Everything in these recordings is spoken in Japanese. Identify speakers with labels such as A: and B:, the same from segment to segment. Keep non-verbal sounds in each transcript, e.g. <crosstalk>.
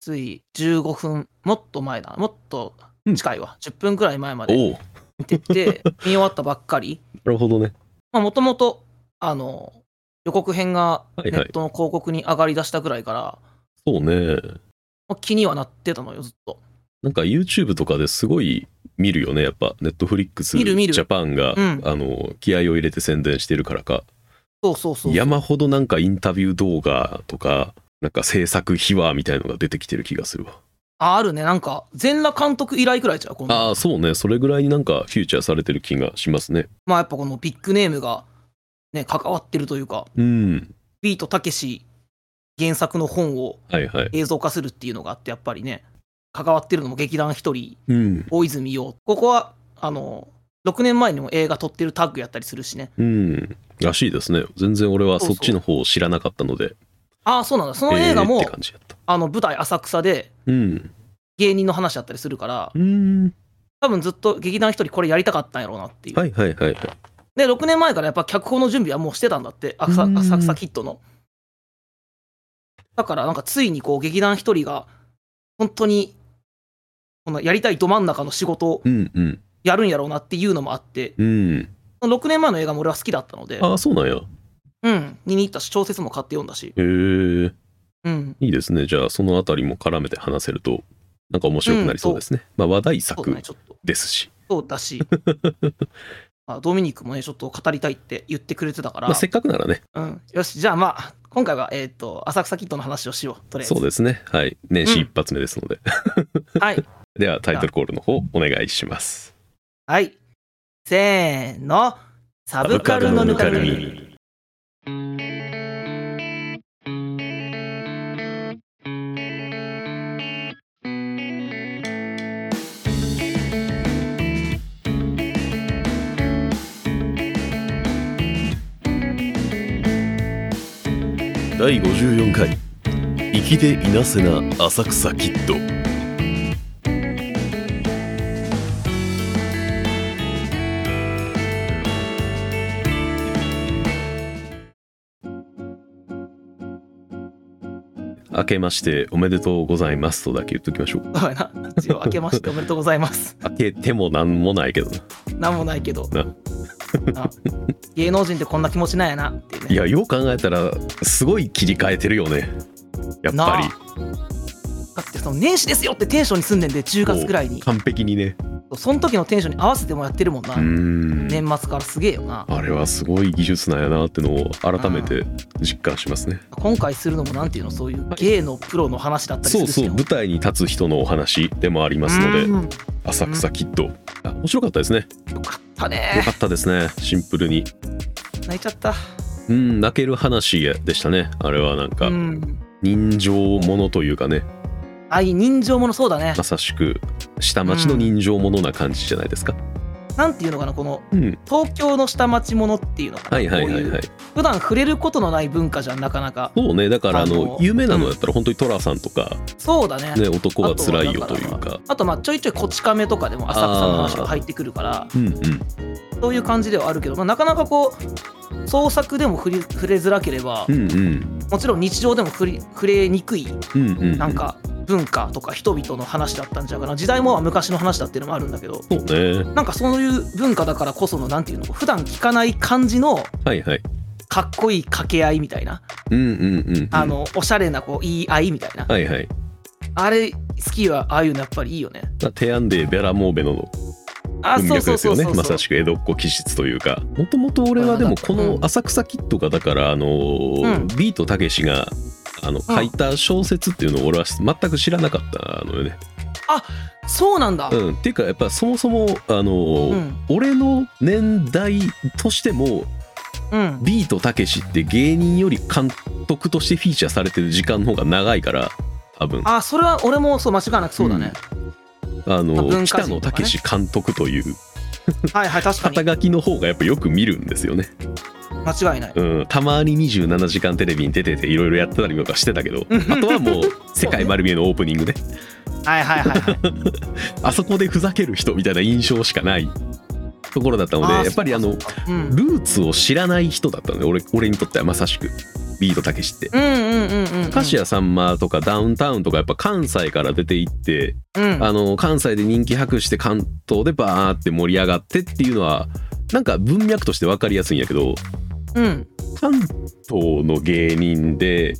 A: つい15分、もっと前だ、もっと近いわ、10分くらい前まで
B: おおな
A: 見て
B: <laughs>
A: て、見終わったばっかり。
B: るほどね。
A: まあ、もともと、あの、予告編が
B: は
A: ネ
B: いはい
A: ットの広告に上がり出したくらいから、
B: そうね。
A: まあ気にはなってたのよ、ずっと。
B: なんか YouTube とかですごい見るよね。やっぱ Netflix
A: 見る見る
B: ジャパンが、
A: うん
B: あの気合を入れて宣伝してるからか。
A: そうそうそうそう。
B: 山ほどなんかインタビュー動画とか、なんか制作秘話みたいのが出てきてる気がするわ。
A: あ、あるね。なんか、全裸監督以来くらいじゃん、この。
B: ああ、そうね。それぐらいになんかフューチャーされてる気がしますね。
A: まあ、やっぱこのビッグネームが、ね、関わってるというか、
B: うん。
A: ビートたけし原作の本を
B: はいはい。
A: 映像化するっていうのがあって、やっぱりね、関わってるのも劇団一人、
B: うん。
A: 大泉洋。ここは、あの、6年前にも映画撮ってるタッグやったりするしね。
B: うん。らしいですね。全然俺はそっちの方を知らなかったので。
A: ああ、そうなんだ。その映画
B: えー
A: も、
B: って感じやった。
A: あの、舞台浅草で
B: うん。
A: 芸人の話だったりするから、
B: うん。
A: 多分ずっと劇団一人これやりたかったんやろうなっていう。
B: はいはいはいはい。
A: で、6年前からやっぱ脚本の準備はもうしてたんだって、浅
B: うん
A: 浅草キッドの。だから、なんかついにこう劇団一人が、本当に、このやりたいど真ん中の仕事を
B: うんうん。
A: やるんやろうなっていうのもあって、
B: うん。
A: 6年前の映画も俺は好きだったので、
B: ああ、そうなんや。へ
A: うん、見に行ったし、小説も買って読んだし、
B: え
A: うん、
B: いいですね。じゃあ、そのあたりも絡めて話せると、なんか面白くなりそうですね。まあ、話題
A: そうだ
B: 作
A: ね、ちょっと。
B: ですし。
A: そうだ
B: <laughs>
A: し、まあ、ドミニクもね、ちょっと語りたいって言ってくれてたから、
B: まあ、せっかくならね、
A: うん、よし、じゃあまあ、今回は、えっ、と、浅草キッドの話をしよう、とりあえず。
B: そうですね。はい。年始一発目ですので。
A: はい。
B: <laughs> では、タイトルコールの方、お願いします。
A: はい。せーの。サブカルのぬかるみ。
B: 第54回粋でいなせな浅草キッド明けましておめでとうございますとだけ言っときましょう
A: そうやな。一応、明けましておめでとうござい
B: <laughs>
A: ます。
B: 明けてもなんもないけどな
A: なんもないけど
B: な。
A: <laughs> あ芸能人ってこんな気持ちなんやなっていうね。
B: いやよう考えたらすごい切り替えてるよねやっぱり
A: なだってその年始ですよってテンションに住んでんで、10月くらいに。
B: 完璧にね
A: その時のテンションに合わせてもやってるもんな。
B: うーん
A: 年末からすげえよな。
B: あれはすごい技術なんやなってのを改めて実感しますね。
A: 今回するのもなんていうの、そういう芸のプロの話だったりす
B: そう
A: るし
B: そ
A: ね。
B: う舞台に立つ人のお話でもありますので
A: うんよ
B: 「浅草キッド」あ面白かったですね
A: かった
B: よ
A: ね。
B: かったですねシンプルに
A: 泣いちゃった。
B: うん泣ける話でしたねあれはなんか
A: うん。
B: 人情ものというかね
A: ああいう人情ものそうだね。
B: まさしく下町の人情ものな感じじゃないですか
A: なんていうのかな、この
B: うん
A: 東京の下町ものっていうのかな。
B: はいはいは
A: こう
B: いうはい
A: 普段触れることのない文化じゃんなかなか
B: そうねだからあ
A: あ
B: の
A: の
B: 有名なのやったら本当に寅さんとか
A: そうだね
B: ね男は辛いよというか
A: あとまあちょいちょいこち亀とかでも浅草の話が入ってくるから
B: うんうん
A: そういう感じではあるけど、まあ、なかなかこう創作でも触れ触れづらければ、
B: うんうん
A: もちろん日常でも触れ触れにくい
B: うんうんうん
A: なんか文化とか人々の話だったんじゃうかな時代もまあ昔の話だっていうのもあるんだけど
B: そうね
A: なんかそういう文化だからこそのなんていうの普段聞かない感じの
B: はいはい
A: かっこいい掛け合いみたいな、
B: うんうんうんうん
A: あのおしゃれなこう言い合いみたいな、
B: はいはい
A: あれ好きはああいうのやっぱりいいよね
B: まあテアンデーベラモーベノの
A: あ
B: 文
A: そう
B: 脈
A: そう
B: です
A: そう
B: よ
A: そ
B: ね
A: うそう
B: まさしく江戸っ子気質というかもともと俺はでもこの「浅草キッド」がだからあのー
A: うん
B: ビートたけしがあの書いた小説っていうのを俺は全く知らなかったのよね。
A: そうなんだ、
B: うん、っていうかやっぱそもそもあのー
A: うん
B: 俺の年代としても
A: うん、
B: ビートたけしって芸人より監督としてフィーチャーされてる時間の方が長いから多分あ
A: あそれは俺もそう間違いなくそうだね、
B: の
A: まあ文化人とか
B: 北
A: ね
B: 野武監督という
A: はいはい確かに
B: 肩書きの方がやっぱよく見るんですよね。
A: 間違いない、
B: うん、たまに27時間テレビに出てていろいろやってたりとかしてたけどあとは
A: <laughs>
B: もう「世界丸見え」のオープニングで
A: はいはいはい
B: <laughs>
A: はい
B: あそこでふざける人みたいな印象しかないところだったので
A: あー
B: やっぱりあの
A: そうかそうかうん
B: ルーツを知らない人だったので俺俺にとってはまさしくビートたけしって。
A: うんうんうんうんうん。
B: カシヤさんまとかダウンタウンとかやっぱ関西から出ていって、
A: うん。
B: あの関西で人気博して関東でバーって盛り上がってっていうのはなんか文脈として分かりやすいんやけど
A: うん。
B: 関東の芸人で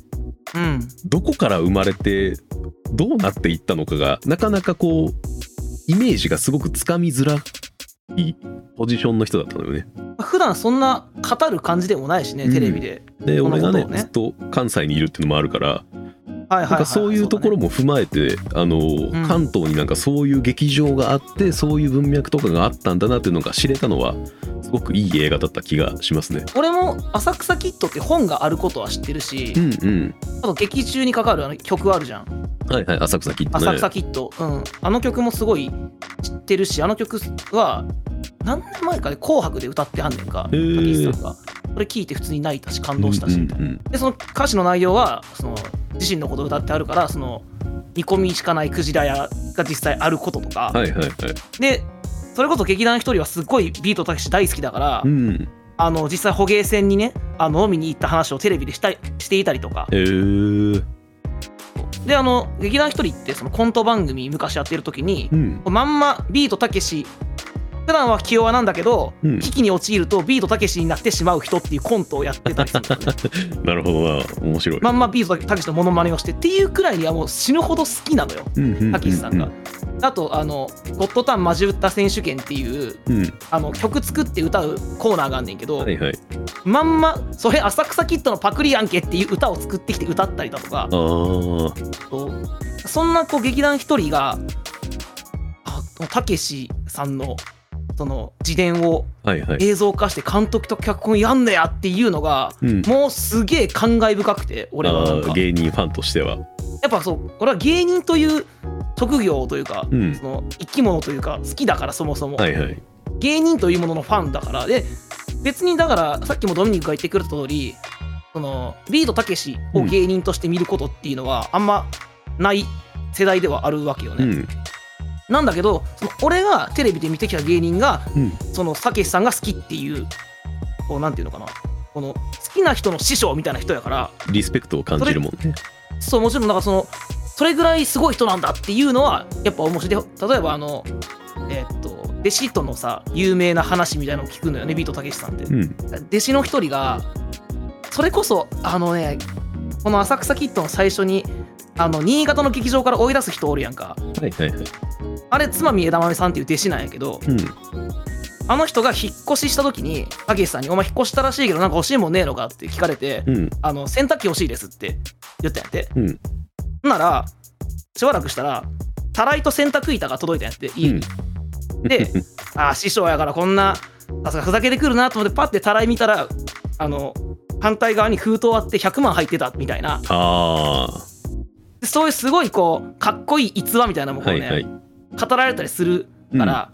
A: うん。
B: どこから生まれてどうなっていったのかがなかなかこうイメージがすごくつかみづらいポジションの人だったのよね。
A: 普段そんな語る感じでもないしね、
B: うん
A: テレビで。
B: で
A: このこ
B: 俺
A: とを
B: が
A: ね
B: ねずっと関西にいるっていうのもあるから
A: はいはいはい
B: なん
A: は
B: か
A: い。
B: そういうところも踏まえてあの、
A: ん
B: 関東になんかそういう劇場があってそういう文脈とかがあったんだなっていうのが知れたのはすごくいい映画だった気がしますね。
A: 俺も「浅草キッド」って本があることは知ってるし、
B: うんうん。
A: あと劇中にかかるあの曲あるじゃん
B: はいはい浅草
A: 「
B: キッド
A: 浅
B: ね。
A: 草キッド」うんあの曲もすごい知ってるしあの曲は何年前かで「紅白」で歌ってはんねんか
B: へー
A: 竹内さんがそれ聞いて普通に泣いたし感動したしみたいな、
B: うんうんうん
A: でその歌詞の内容はその自身のことを歌ってあるからその煮込みしかないクジラ屋が実際あることとか、
B: はいはいはい。
A: でそれこそ劇団一人はすっごいビートたけし大好きだから、
B: うん。
A: あの実際捕鯨船にねあの飲みに行った話をテレビでしたりしていたりとか
B: えー。
A: であの劇団ひとりってそのコント番組昔やってる時に
B: うん。
A: まんまビートたけし普段は気弱なんだけど、
B: うん
A: 危機に陥るとビートたけしになってしまう人っていうコントをやってたりするんだよね
B: なるほどな面白い。
A: まんまビートたけしのモノマネをしてっていうくらいにはもう死ぬほど好きなのよ
B: うんうんうんうん
A: たけしさんが。あとあの「ゴッドタンマジ歌選手権」っていう
B: うん。
A: あの曲作って歌うコーナーがあんねんけど、
B: はいはい。
A: まんま「それ浅草キッドのパクリやんけ」っていう歌を作ってきて歌ったりだとか
B: ああ。
A: とそんなこう劇団一人があたけしさんのその自伝を
B: はいはい。
A: 映像化して監督と脚本やんねやっていうのが
B: うん。
A: もうすげえ感慨深くて俺はなん
B: あ
A: か
B: ー芸人ファンとしては。
A: やっぱそう俺は芸人という職業というか、
B: うん
A: その生き物というか好きだからそもそも、
B: はいはい。
A: 芸人というもののファンだからで別にだからさっきもドミニクが言ってくれた通りそのビートたけしを芸人として見ることっていうのはあんまない世代ではあるわけよね、
B: うん。
A: なんだけどその俺がテレビで見てきた芸人が
B: うん。
A: そのたけしさんが好きっていうこうなんていうのかなこの好きな人の師匠みたいな人やから
B: リスペクトを感じるもんね。
A: そうもちろんなんかそのそれぐらいすごい人なんだっていうのはやっぱ面白いで例えばあのえーっと弟子とのさ有名な話みたいなのを聞くのよねビートたけしさんって、
B: うん。
A: 弟子の一人がそれこそあのねこの「浅草キッド」の最初にあの新潟の劇場から追い出す人おるやんか
B: はいはいはい。
A: あれつまみ枝豆さんっていう弟子なんやけど、
B: うん。
A: あの人が引っ越しした時に、たけしさんに、お前引っ越したらしいけど、なんか欲しいもんねえのかって聞かれて、
B: うん。
A: あの、洗濯機欲しいですって言ったんやって。
B: うん。
A: ほんなら、しばらくしたら、たらいと洗濯板が届いたんやって、家に。で、ああ、師匠やからこんな、さすがふざけてくるなと思って、パッてたらい見たら、あの、反対側に封筒あって100万入ってたみたいな、
B: <laughs> あ
A: でそういうすごいこう、かっこいい逸話みたいな
B: あ
A: もの
B: は
A: を
B: い
A: ね、
B: はい。
A: 語られたりするから、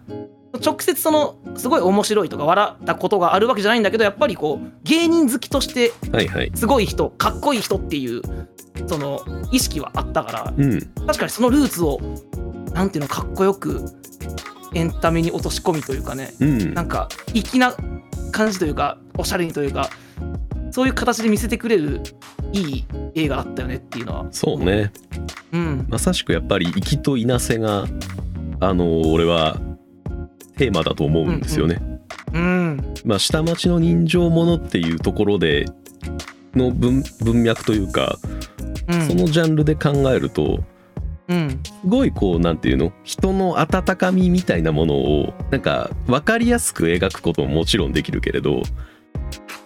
A: 直接そのすごい面白いとか笑ったことがあるわけじゃないんだけどやっぱりこう芸人好きとして
B: はいはい。
A: すごい人かっこいい人っていうその意識はあったから
B: うん。
A: 確かにそのルーツをなんていうのかっこよくエンタメに落とし込みというかね
B: うん。
A: なんか粋な感じというかおしゃれにというかそういう形で見せてくれるいい映画だったよねっていうのは
B: そうね。
A: うん
B: まさしくやっぱり生きといなせが、あの俺はテーマだと思うんですよね。
A: うん
B: まあ、下町の人情ものっていうところでの文文脈というか、
A: う
B: そ
A: ん
B: のジャンルで考えると、
A: うん
B: すごいこうなんていうの人の温かみみたいなものをなんか分かりやすく描くことももちろんできるけれど、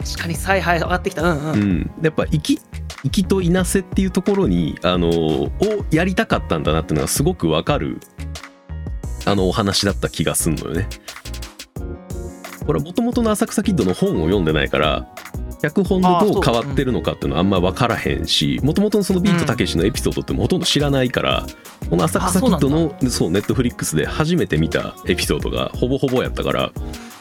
A: 確かに采配上がってきたうんうん
B: うん、やっぱ生き生きといなせっていうところにあのをやりたかったんだなっていうのがすごくわかるあのお話だった気がすんのよね。これもともとの「浅草キッド」の本を読んでないから脚本でどう変わってるのかっていうのはあんま分からへんしもともとのそのビートたけしのエピソードってもうほとんど知らないからこの「浅草キッドの」そうネットフリックスで初めて見たエピソードがほぼほぼやったから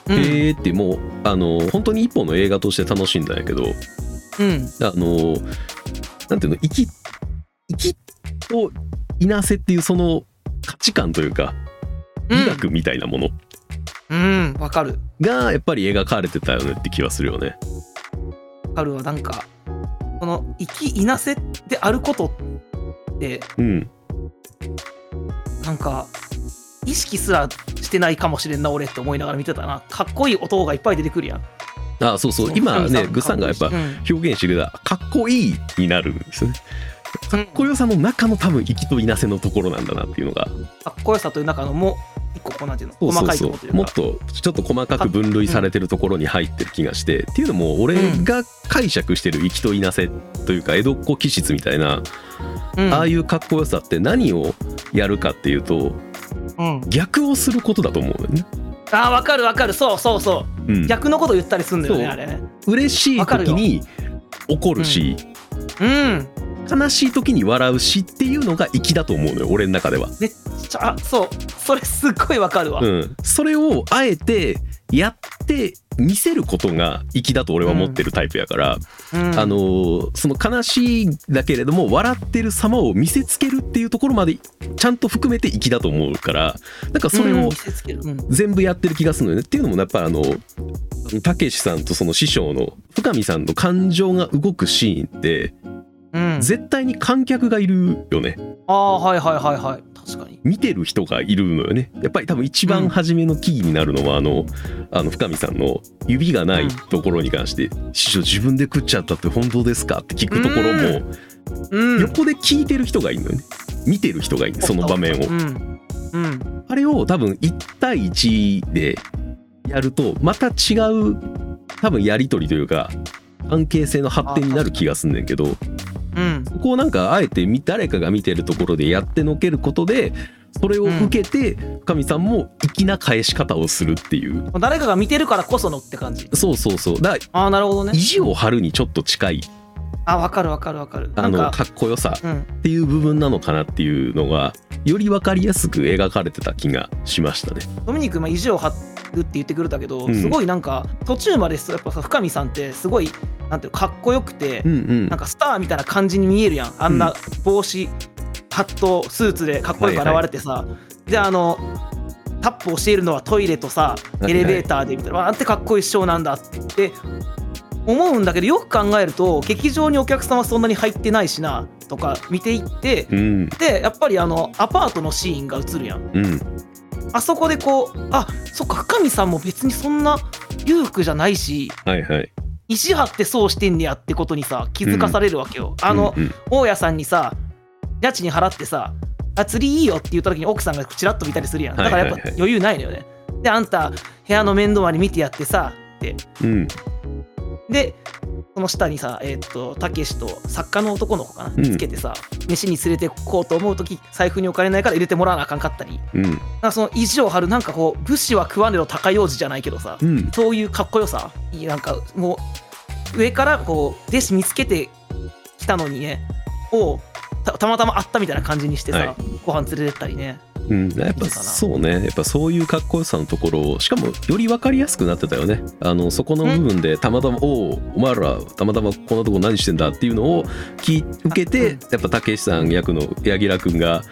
A: うん
B: へえってもうあの本当に一本の映画として楽しんだんやけど
A: うん
B: あのなんていうの生き生きといなせっていうその価値観というか美学みたいなもの
A: うんわかる
B: がやっぱり描かれてたよねって気はするよね。
A: わかるわなんかこの「生きいなせ」であることって
B: うん
A: なんか意識すらしてないかもしれんな俺って思いながら見てたなかっこいい音がいっぱい出てくるやん
B: あそうそう今ねグさんがやっぱ
A: かこいいし
B: 表現してくれた「かっこいい」になるんですよね
A: う
B: か
A: ん
B: っこよさの中の多分息といなせのところなんだなっていうのが
A: うんかっこよさという中のもう一個こうなんていうの
B: そう
A: 細
B: そ
A: か
B: う
A: いと
B: そ
A: ころというう
B: もっ
A: か
B: とちょっと細かく分類されてるところに入ってる気がして、っていうのも俺が解釈してる息といなせというか江戸っ子気質みたいな、
A: うん
B: ああいうかっこよさって何をやるかっていうと
A: うん
B: 逆をすることだと思うのよね。
A: あーわかるわかるそうそうそう
B: うん、
A: 逆のこと言ったりすんだよね
B: そう
A: あれね
B: 嬉しい
A: わかる
B: 時
A: よ
B: に怒るし、
A: うん
B: 悲しい時に笑うしっていうのが粋だと思うのよ俺の中では。
A: めっちゃあそうそれすっごいわかるわ、
B: うん、それをあえてやって見せることが粋だと俺は思ってるタイプやから、
A: うん
B: あのーその悲しいんだけれども笑ってる様を見せつけるっていうところまでちゃんと含めて粋だと思うからなんかそれ
A: うん
B: を
A: 見せつけるうん
B: 全部やってる気がするのよねっていうのもやっぱあのたけしさんとその師匠の深見さんの感情が動くシーンって
A: うん
B: 絶対に観客がいるよね
A: ああはいはいはいはい確かに
B: 見てる人がいるのよねやっぱり多分一番初めのキーになるのはあのあの深見さんの指がないところに関して「師匠自分で食っちゃったって本当ですか?」って聞くところも
A: うん
B: 横で聞いてる人がいるのよね見てる人がいるその場面を
A: うんうん
B: あれを多分1対1でやるとまた違う多分やり取りというか関係性の発展になる気がすんねんけど
A: うん
B: そこをなんかあえてみ誰かが見てるところでやってのけることでそれを受けて深見さんも粋な返し方をするっていう
A: 誰かが見てるからこそのって感じ
B: そうそうそうだから
A: ああなるほどね
B: 意地を張るにちょっと近い
A: あわかるわかるわかるな
B: あ
A: ん
B: の
A: か
B: かっこよさ
A: うん
B: っていう部分なのかなっていうのがより分かりやすく描かれてた気がしましたね。
A: ドミニク、まあ、意地を張るって言ってくれたけど、
B: うん
A: すごいなんか途中までやっぱさ深見さんってすごいなんていうのかっこよくて、
B: うんうん
A: なんかスターみたいな感じに見えるやんあん
B: う
A: な帽子、ハットスーツでかっこよく現れてさ、であのタップを教えるのはトイレとさ
B: いはい
A: エレベーターでみたいな、なんてかっこいい師匠なんだって思うんだけどよく考えると劇場にお客さんはそんなに入ってないしなとか見ていって、
B: うん
A: でやっぱりあのアパートのシーンが映るやん。
B: うん
A: あそこでこうあそっか深見さんも別にそんな裕福じゃないし
B: はいはい。
A: 石張ってそうしてんねやってことにさ気づかされるわけよ、あの、
B: うんうん
A: 大家さんにさ家賃払ってさあ釣りいいよって言った時に奥さんがチラッと見たりするやんだからやっ
B: はい
A: ぱ
B: はいはい
A: 余裕ないのよね、であんた部屋の面倒まで見てやってさって
B: うん
A: でその下にさえーっとたけしと作家の男の子か
B: うん
A: なつけてさ、飯に連れてこうと思う時財布にお金ないから入れてもらわなあかんかったり
B: うん
A: なんかその意地を張るなんかこう武士は食わねど高用事じゃないけどさ、
B: うん
A: そういうかっこよさいいなんかもう上からこう弟子見つけてきたのにねをたたまたまあったみたいな感じにしてさ、
B: はい
A: ご飯連れてったりね
B: うん、やっぱそうねやっぱそういうかっこよさのところをしかもより分かりやすくなってたよねあのそこの部分でたまたま「おおお前らたまたまこんなとこ何してんだ」っていうのを聞い受けて、
A: うん
B: やっぱたけしさん役の柳楽君が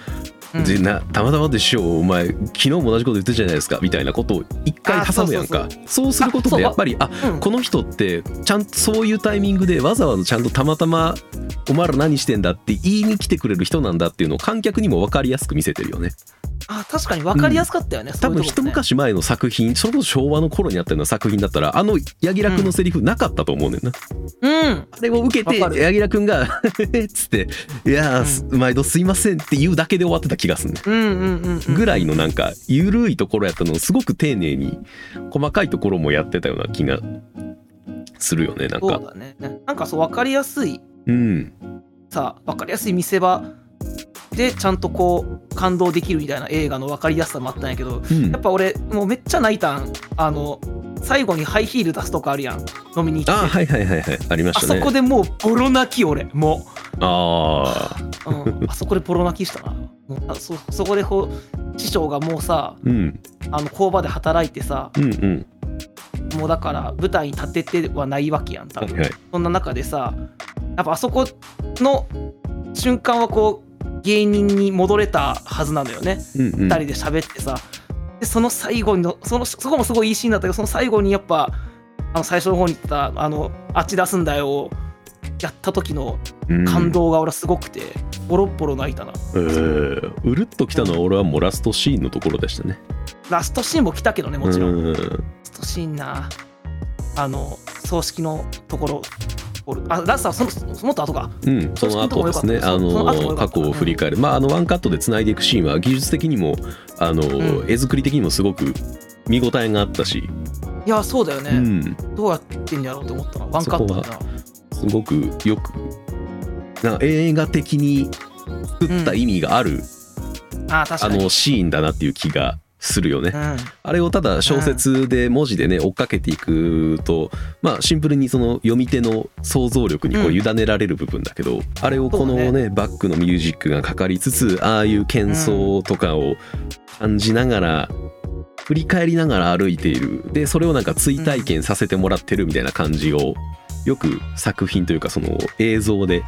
A: うん
B: でなたまたまでしょうお前昨日も同じこと言ってたじゃないですかみたいなことを一回挟むやんか
A: あ
B: そうすること
A: あそう
B: でやっぱりあ
A: うん
B: この人ってちゃんとそういうタイミングでわざわざちゃんとたまたま「お前ら何してんだ」って言いに来てくれる人なんだっていうのを観客にも分かりやすく見せてるよね
A: あ確かに分かりやすかったよね、
B: 多
A: そうい
B: 分
A: うと
B: 一
A: こね
B: 昔前の作品それこそ昭和の頃にあったような作品だったらあの柳楽のセリフなかったと思うねんな、
A: うん
B: あれを受けて
A: わかる
B: 柳楽君が <laughs> 「っつって「いやー、毎度すいません」って言うだけで終わってた気がするね
A: うんうんうんうん
B: ぐらいのなんか緩いところやったのをすごく丁寧に細かいところもやってたような気がするよねなん
A: そう
B: か
A: だねなんかそう分かりやすい
B: うん
A: さ分かりやすい見せ場でちゃんとこう感動できるみたいな映画の分かりやすさもあったんやけど
B: うん
A: やっぱ俺もうめっちゃ泣いたんあの最後にハイヒール出すとかあるやん飲みに行って
B: あーはいはいはいはいありま
A: あ
B: した
A: そ
B: ね
A: こでもうボロ泣き俺も
B: ああ
A: う、うん、あそこでボロ泣きしたなもうあそそこでこう師匠がもうさ
B: うん
A: あの工場で働いてさ
B: うんうん
A: もうだから舞台に立ててはないわけやん多
B: はい
A: 分
B: はい
A: そんな中でさやっぱあそこの瞬間はこう芸人に戻れたはずなのよね
B: うんうん
A: 2人で喋ってさ、でその最後のそのそこもすごいいいシーンだったけどその最後にやっぱあの最初の方に言ってたあの「あっち出すんだよ」やった時の
B: うん
A: 感動が俺はすごくて、ボロッボロ泣いたな。
B: えーうるっときたのは俺はもうラストシーンのところでしたね
A: ラストシーンも来たけどね、もちろん。ラ
B: うん
A: ストシーンな、あの、葬式のところ、俺あラストはそのそもっと後か。
B: うん、その後ですね、
A: そ
B: あ
A: うその後も
B: の
A: 良か
B: 過
A: った
B: 去を振り返る、まあ、あのワンカットでつないでいくシーンは技術的にもあの、
A: うん
B: 絵作り的にもすごく見応えがあったし、
A: いや、そうだよね。
B: うん、
A: どうやってんやろうって思ったな。ワンカットだな。
B: すごくよくなんか映画的に作った意味がある、
A: あー確
B: あ
A: かに。
B: のシーンだなっていう気がするよね。
A: うん
B: あれをただ小説で文字でね追っかけていくとまあシンプルにその読み手の想像力にこ
A: う
B: うん委ねられる部分だけどあれをこ
A: そ
B: の
A: うだ
B: ねバックのミュージックがかかりつつああいう喧騒とかを感じながら振り返りながら歩いているでそれをなんか追体験させてもらってるみたいな感じをよく作品というかその映像で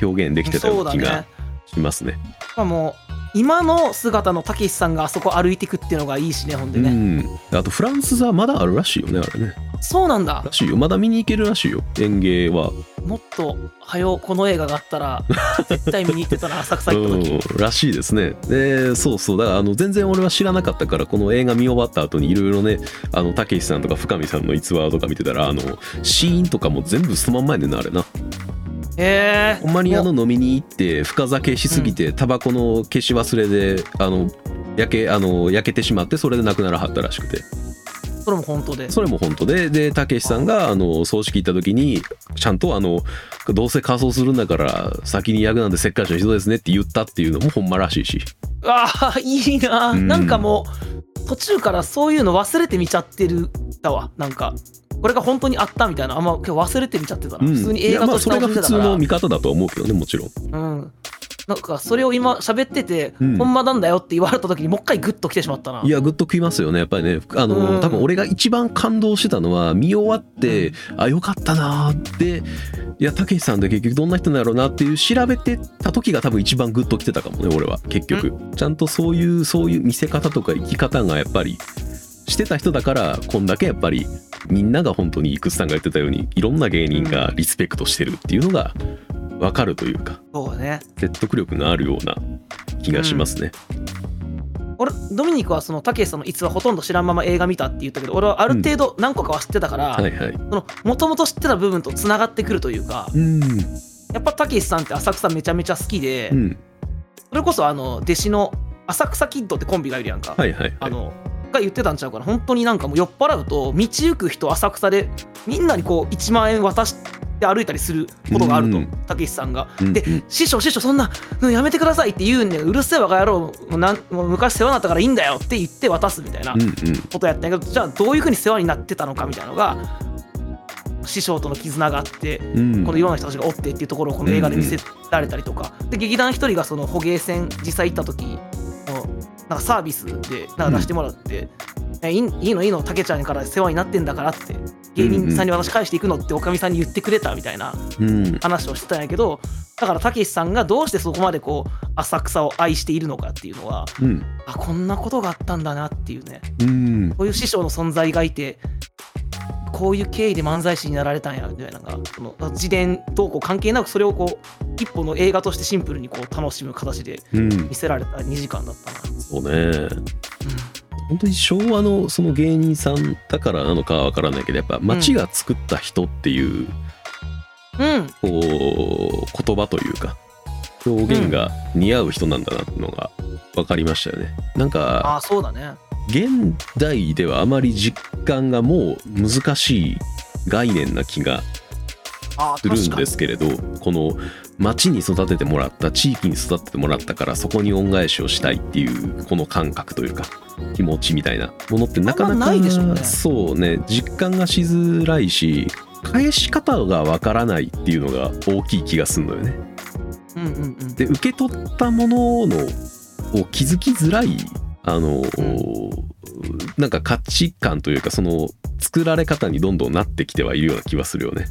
B: 表現できてたよ
A: そう
B: うな
A: だ
B: 気
A: ね。
B: がしますね。
A: しかも今の姿のたけしさんがあそこ歩いてくっていうのがいいしね、ほんで
B: う
A: ね。
B: ん、あとフランス座まだあるらしいよねあれね。
A: そうなんだ
B: ら。しいよまだ見に行けるらしいよ演芸は
A: もっと早よこの映画があったら絶対見に行ってたな浅草行った
B: <laughs>
A: 時、
B: うんらしいですねでそうそうだからあの全然俺は知らなかったからこの映画見終わった後にいろいろねあのたけしさんとか深見さんの逸話とか見てたらあのシーンとかも全部そのまんまやねんなあれな
A: へえ
B: ほんまにあの飲みに行って深酒しすぎてタバコの消し忘れであの焼けあの焼けてしまってそれで亡くならはったらしくて
A: それも本当で
B: それも本当ででたけしさんがあの葬式行った時にちゃんとあのどうせ仮装するんだから先に焼くなんてせっかちの人ですねって言ったっていうのもほんまらしいし
A: ああいいな、
B: うん
A: なんかもう途中からそういうの忘れて見ちゃってるだわなんかこれが本当にあったみたいなあんま今日忘れて見ちゃってたな、
B: うん
A: 普通に映
B: いや
A: 画
B: ま
A: と
B: あ
A: して
B: それが
A: 楽しんで
B: 普
A: たか
B: 通
A: ら、
B: の見方だとは思うけどねもちろん
A: うんなんかそれを今喋ってて、
B: うん
A: ほんまなんだよって言われた時にもう一回グッと来てしまったない
B: やグッと食いますよねやっぱりねあの、
A: うん
B: 多分俺が一番感動してたのは見終わって、あよかったなーっていやたけしさんって結局どんな人なんだろうなっていう調べてた時が多分一番グッと来てたかもね俺は結局、ちゃんとそういうそういう見せ方とか生き方がやっぱりしてた人だからこんだけやっぱりみんなが本当にいくつさんが言ってたようにいろんな芸人がリスペクトしてるっていうのが分かるというか
A: そうね
B: 説得力があるような気がしますね。
A: 俺ドミニクはそのたけしさんの逸話ほとんど知らんまま映画見たって言ったけど俺はある程度何個かは知ってたから、
B: はいはい、
A: そのもともと知ってた部分とつながってくるというか
B: うん
A: やっぱたけしさんって浅草めちゃめちゃ好きで、
B: うん、
A: それこそあの弟子の浅草キッドってコンビがいるやんか、
B: はいはい、は
A: あ
B: い。
A: のが言ってたんちゃうかな本当になんかもう酔っ払うと道行く人浅草でみんなにこう1万円渡して歩いたりすることがあると
B: うん
A: たけしさんが。
B: うん
A: で
B: うん
A: 師匠師匠そんなのやめてくださいって言うんでうるせえバカ野郎もうなんもう昔世話になったからいいんだよって言って渡すみたいな
B: うんうん、
A: ことやったんやけどじゃあどういうふうに世話になってたのかみたいなのが師匠との絆があって
B: うん、
A: このいろんな人たちがおってっていうところをこの映画で見せられたりとか、で劇団一人がその捕鯨船実際行った時のなんかサービスでなんか出してもらって「えいいいいのいいのたけちゃんから世話になってんだから」って芸人さんに私返していくのっておかみさんに言ってくれたみたいな
B: うん、
A: 話をしてたんやけどだからたけしさんがどうしてそこまでこう浅草を愛しているのかっていうのは
B: うん、
A: あこんなことがあったんだなっていうね
B: うん、
A: こういう師匠の存在がいてこういう経緯で漫才師になられたんやみたいなのがその自伝どうこう関係なくそれをこう一本の映画としてシンプルにこう楽しむ形で
B: うん
A: 見、せられた2時間だったな、
B: そうね。本当に昭和のその芸人さんだからなのかはわからないけど、やっぱ町が作った人っていう、
A: うん、うん
B: こう言葉というか表現が似合う人なんだなっていうのが分かりましたよね。なん
A: あ
B: か
A: あそうだね
B: 現代ではあまり実感がもう難しい概念な気が
A: ああ
B: す
A: 確
B: るん
A: か
B: で
A: に
B: すけれどこの町に育ててもらった地域に育ててもらったからそこに恩返しをしたいっていうこの感覚というか気持ちみたいなものってなかな
A: あんま
B: か
A: ないでしょうね
B: そうね実感がしづらいし返し方がわからないっていうのが大きい気がするのよね。
A: うんうんうん
B: で受け取ったもののを気づきづらいあの、なんか価値観というかその作られ方にどんどんなってきてはいるような気はするよね。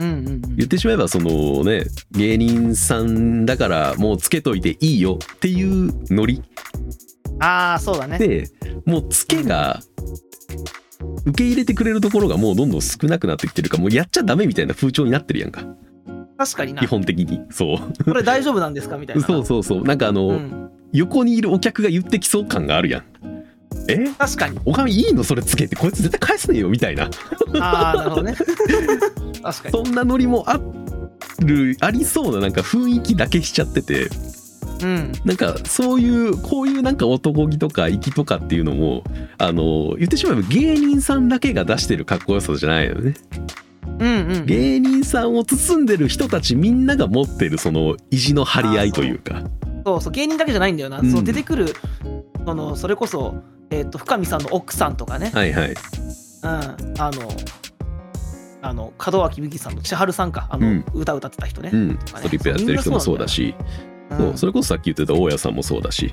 A: うんうんうん
B: 言ってしまえばそのね芸人さんだからもうつけといていいよっていうノリ
A: ああそうだね
B: でもうつけが受け入れてくれるところがもうどんどん少なくなってきてるかもうやっちゃダメみたいな風潮になってるやんか
A: 確かにな
B: 基。本的にそう
A: これ大丈夫なんですかみたいな。
B: そうそうそうなんかあの、
A: うん
B: 横にいるお客が言ってきそう感があるやんえ
A: 確かに。
B: おかみいいのそれつけてこいつ絶対返すねよみたいな
A: ああ、なるほ
B: <laughs>
A: どね。確かに。
B: そんなノリもあるありそうななんか雰囲気だけしちゃってて
A: うん。
B: なんかそういうこういうなんか男気とか粋とかっていうのもあの言ってしまえば芸人さんだけが出してるかっこよさじゃないよね
A: うんうん。
B: 芸人さんを包んでる人たちみんなが持ってるその意地の張り合いというか
A: そうそう、芸人だけじゃないんだよな。
B: うん
A: そう出てくる、そのそれこそ、えっ、と、深見さんの奥さんとかね。
B: はいはい
A: うん。あの、あの門脇麦さんの千春さんかあ
B: う
A: の、
B: ん
A: 歌歌ってた人ね、
B: うんストリップやってる人もそうだし
A: うん
B: そうそれこそさっき言ってた大家さんもそうだし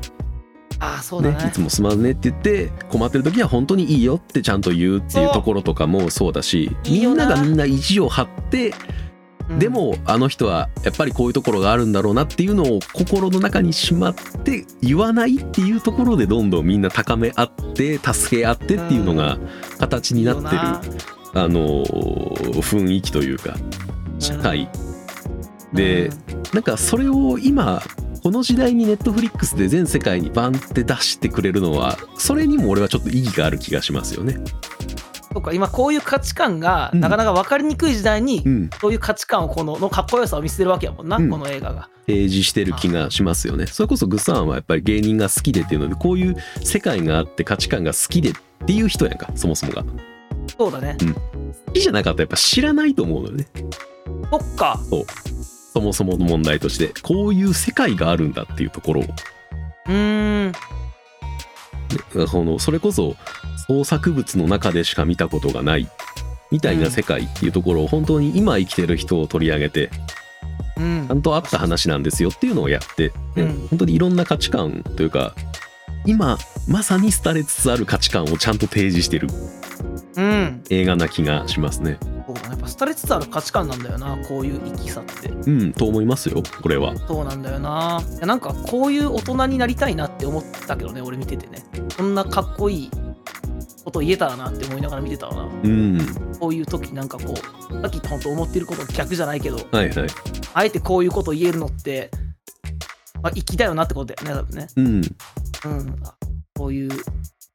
A: ああそうだ
B: ね
A: ね、
B: いつもすまんねって言って困ってる時は本当にいいよってちゃんと言うっていうところとかもそうだし
A: いい
B: み
A: よ
B: ん
A: な
B: ながみんな意地を張って
A: うん
B: でもあの人はやっぱりこういうところがあるんだろうなっていうのを心の中にしまって言わないっていうところでどんどんみんな高め合って助け合ってっていうのが形になって
A: いいよな
B: る、あのー雰囲気というか社会でなんかそれを今この時代にネットフリックスで全世界にバンって出してくれるのはそれにも俺はちょっと意義がある気がしますよね。
A: とか今こういう価値観が
B: うん
A: なかなか分かりにくい時代に、
B: うん、
A: そういう価値観をこののかっこよさを見せてるわけやもんな、
B: うん
A: この映画が。
B: 提示してる気がしますよね。それこそグッサンはやっぱり芸人が好きでっていうのでこういう世界があって価値観が好きでっていう人やんかそもそもが。好
A: そうだね。
B: きじゃなかったらやっぱ知らないと思うのよね
A: そっか。
B: そもそもの問題としてこういう世界があるんだっていうところを
A: うーん。
B: ねこのそれこそ創作物の中でしか見たことがないみたいな世界っていうところを本当に今生きてる人を取り上げて
A: うん
B: ちゃ。んとあった話なんですよっていうのをやって、
A: う
B: ね
A: ん
B: 本当にいろんな価値観というか今まさに廃れつつある価値観をちゃんと提示してる
A: うん。
B: 映画な気がしますね。
A: そうだね。やっぱ廃れつつある価値観なんだよな、こういう生きさって。
B: うんと思いますよこれは。
A: そうなんだよな。いやなんかこういう大人になりたいなって思ったけどね、俺見ててね。こんなかっこいいこと言えたらなって思いながら見てたわな。
B: うん
A: こういう時なんかこう、さっき本当思ってることと逆じゃないけど、
B: はいはい。
A: あえてこういうこと言えるのって、まあ、粋だよなってことだよね、多分ね。 <laughs>
B: うん
A: うん。あこういう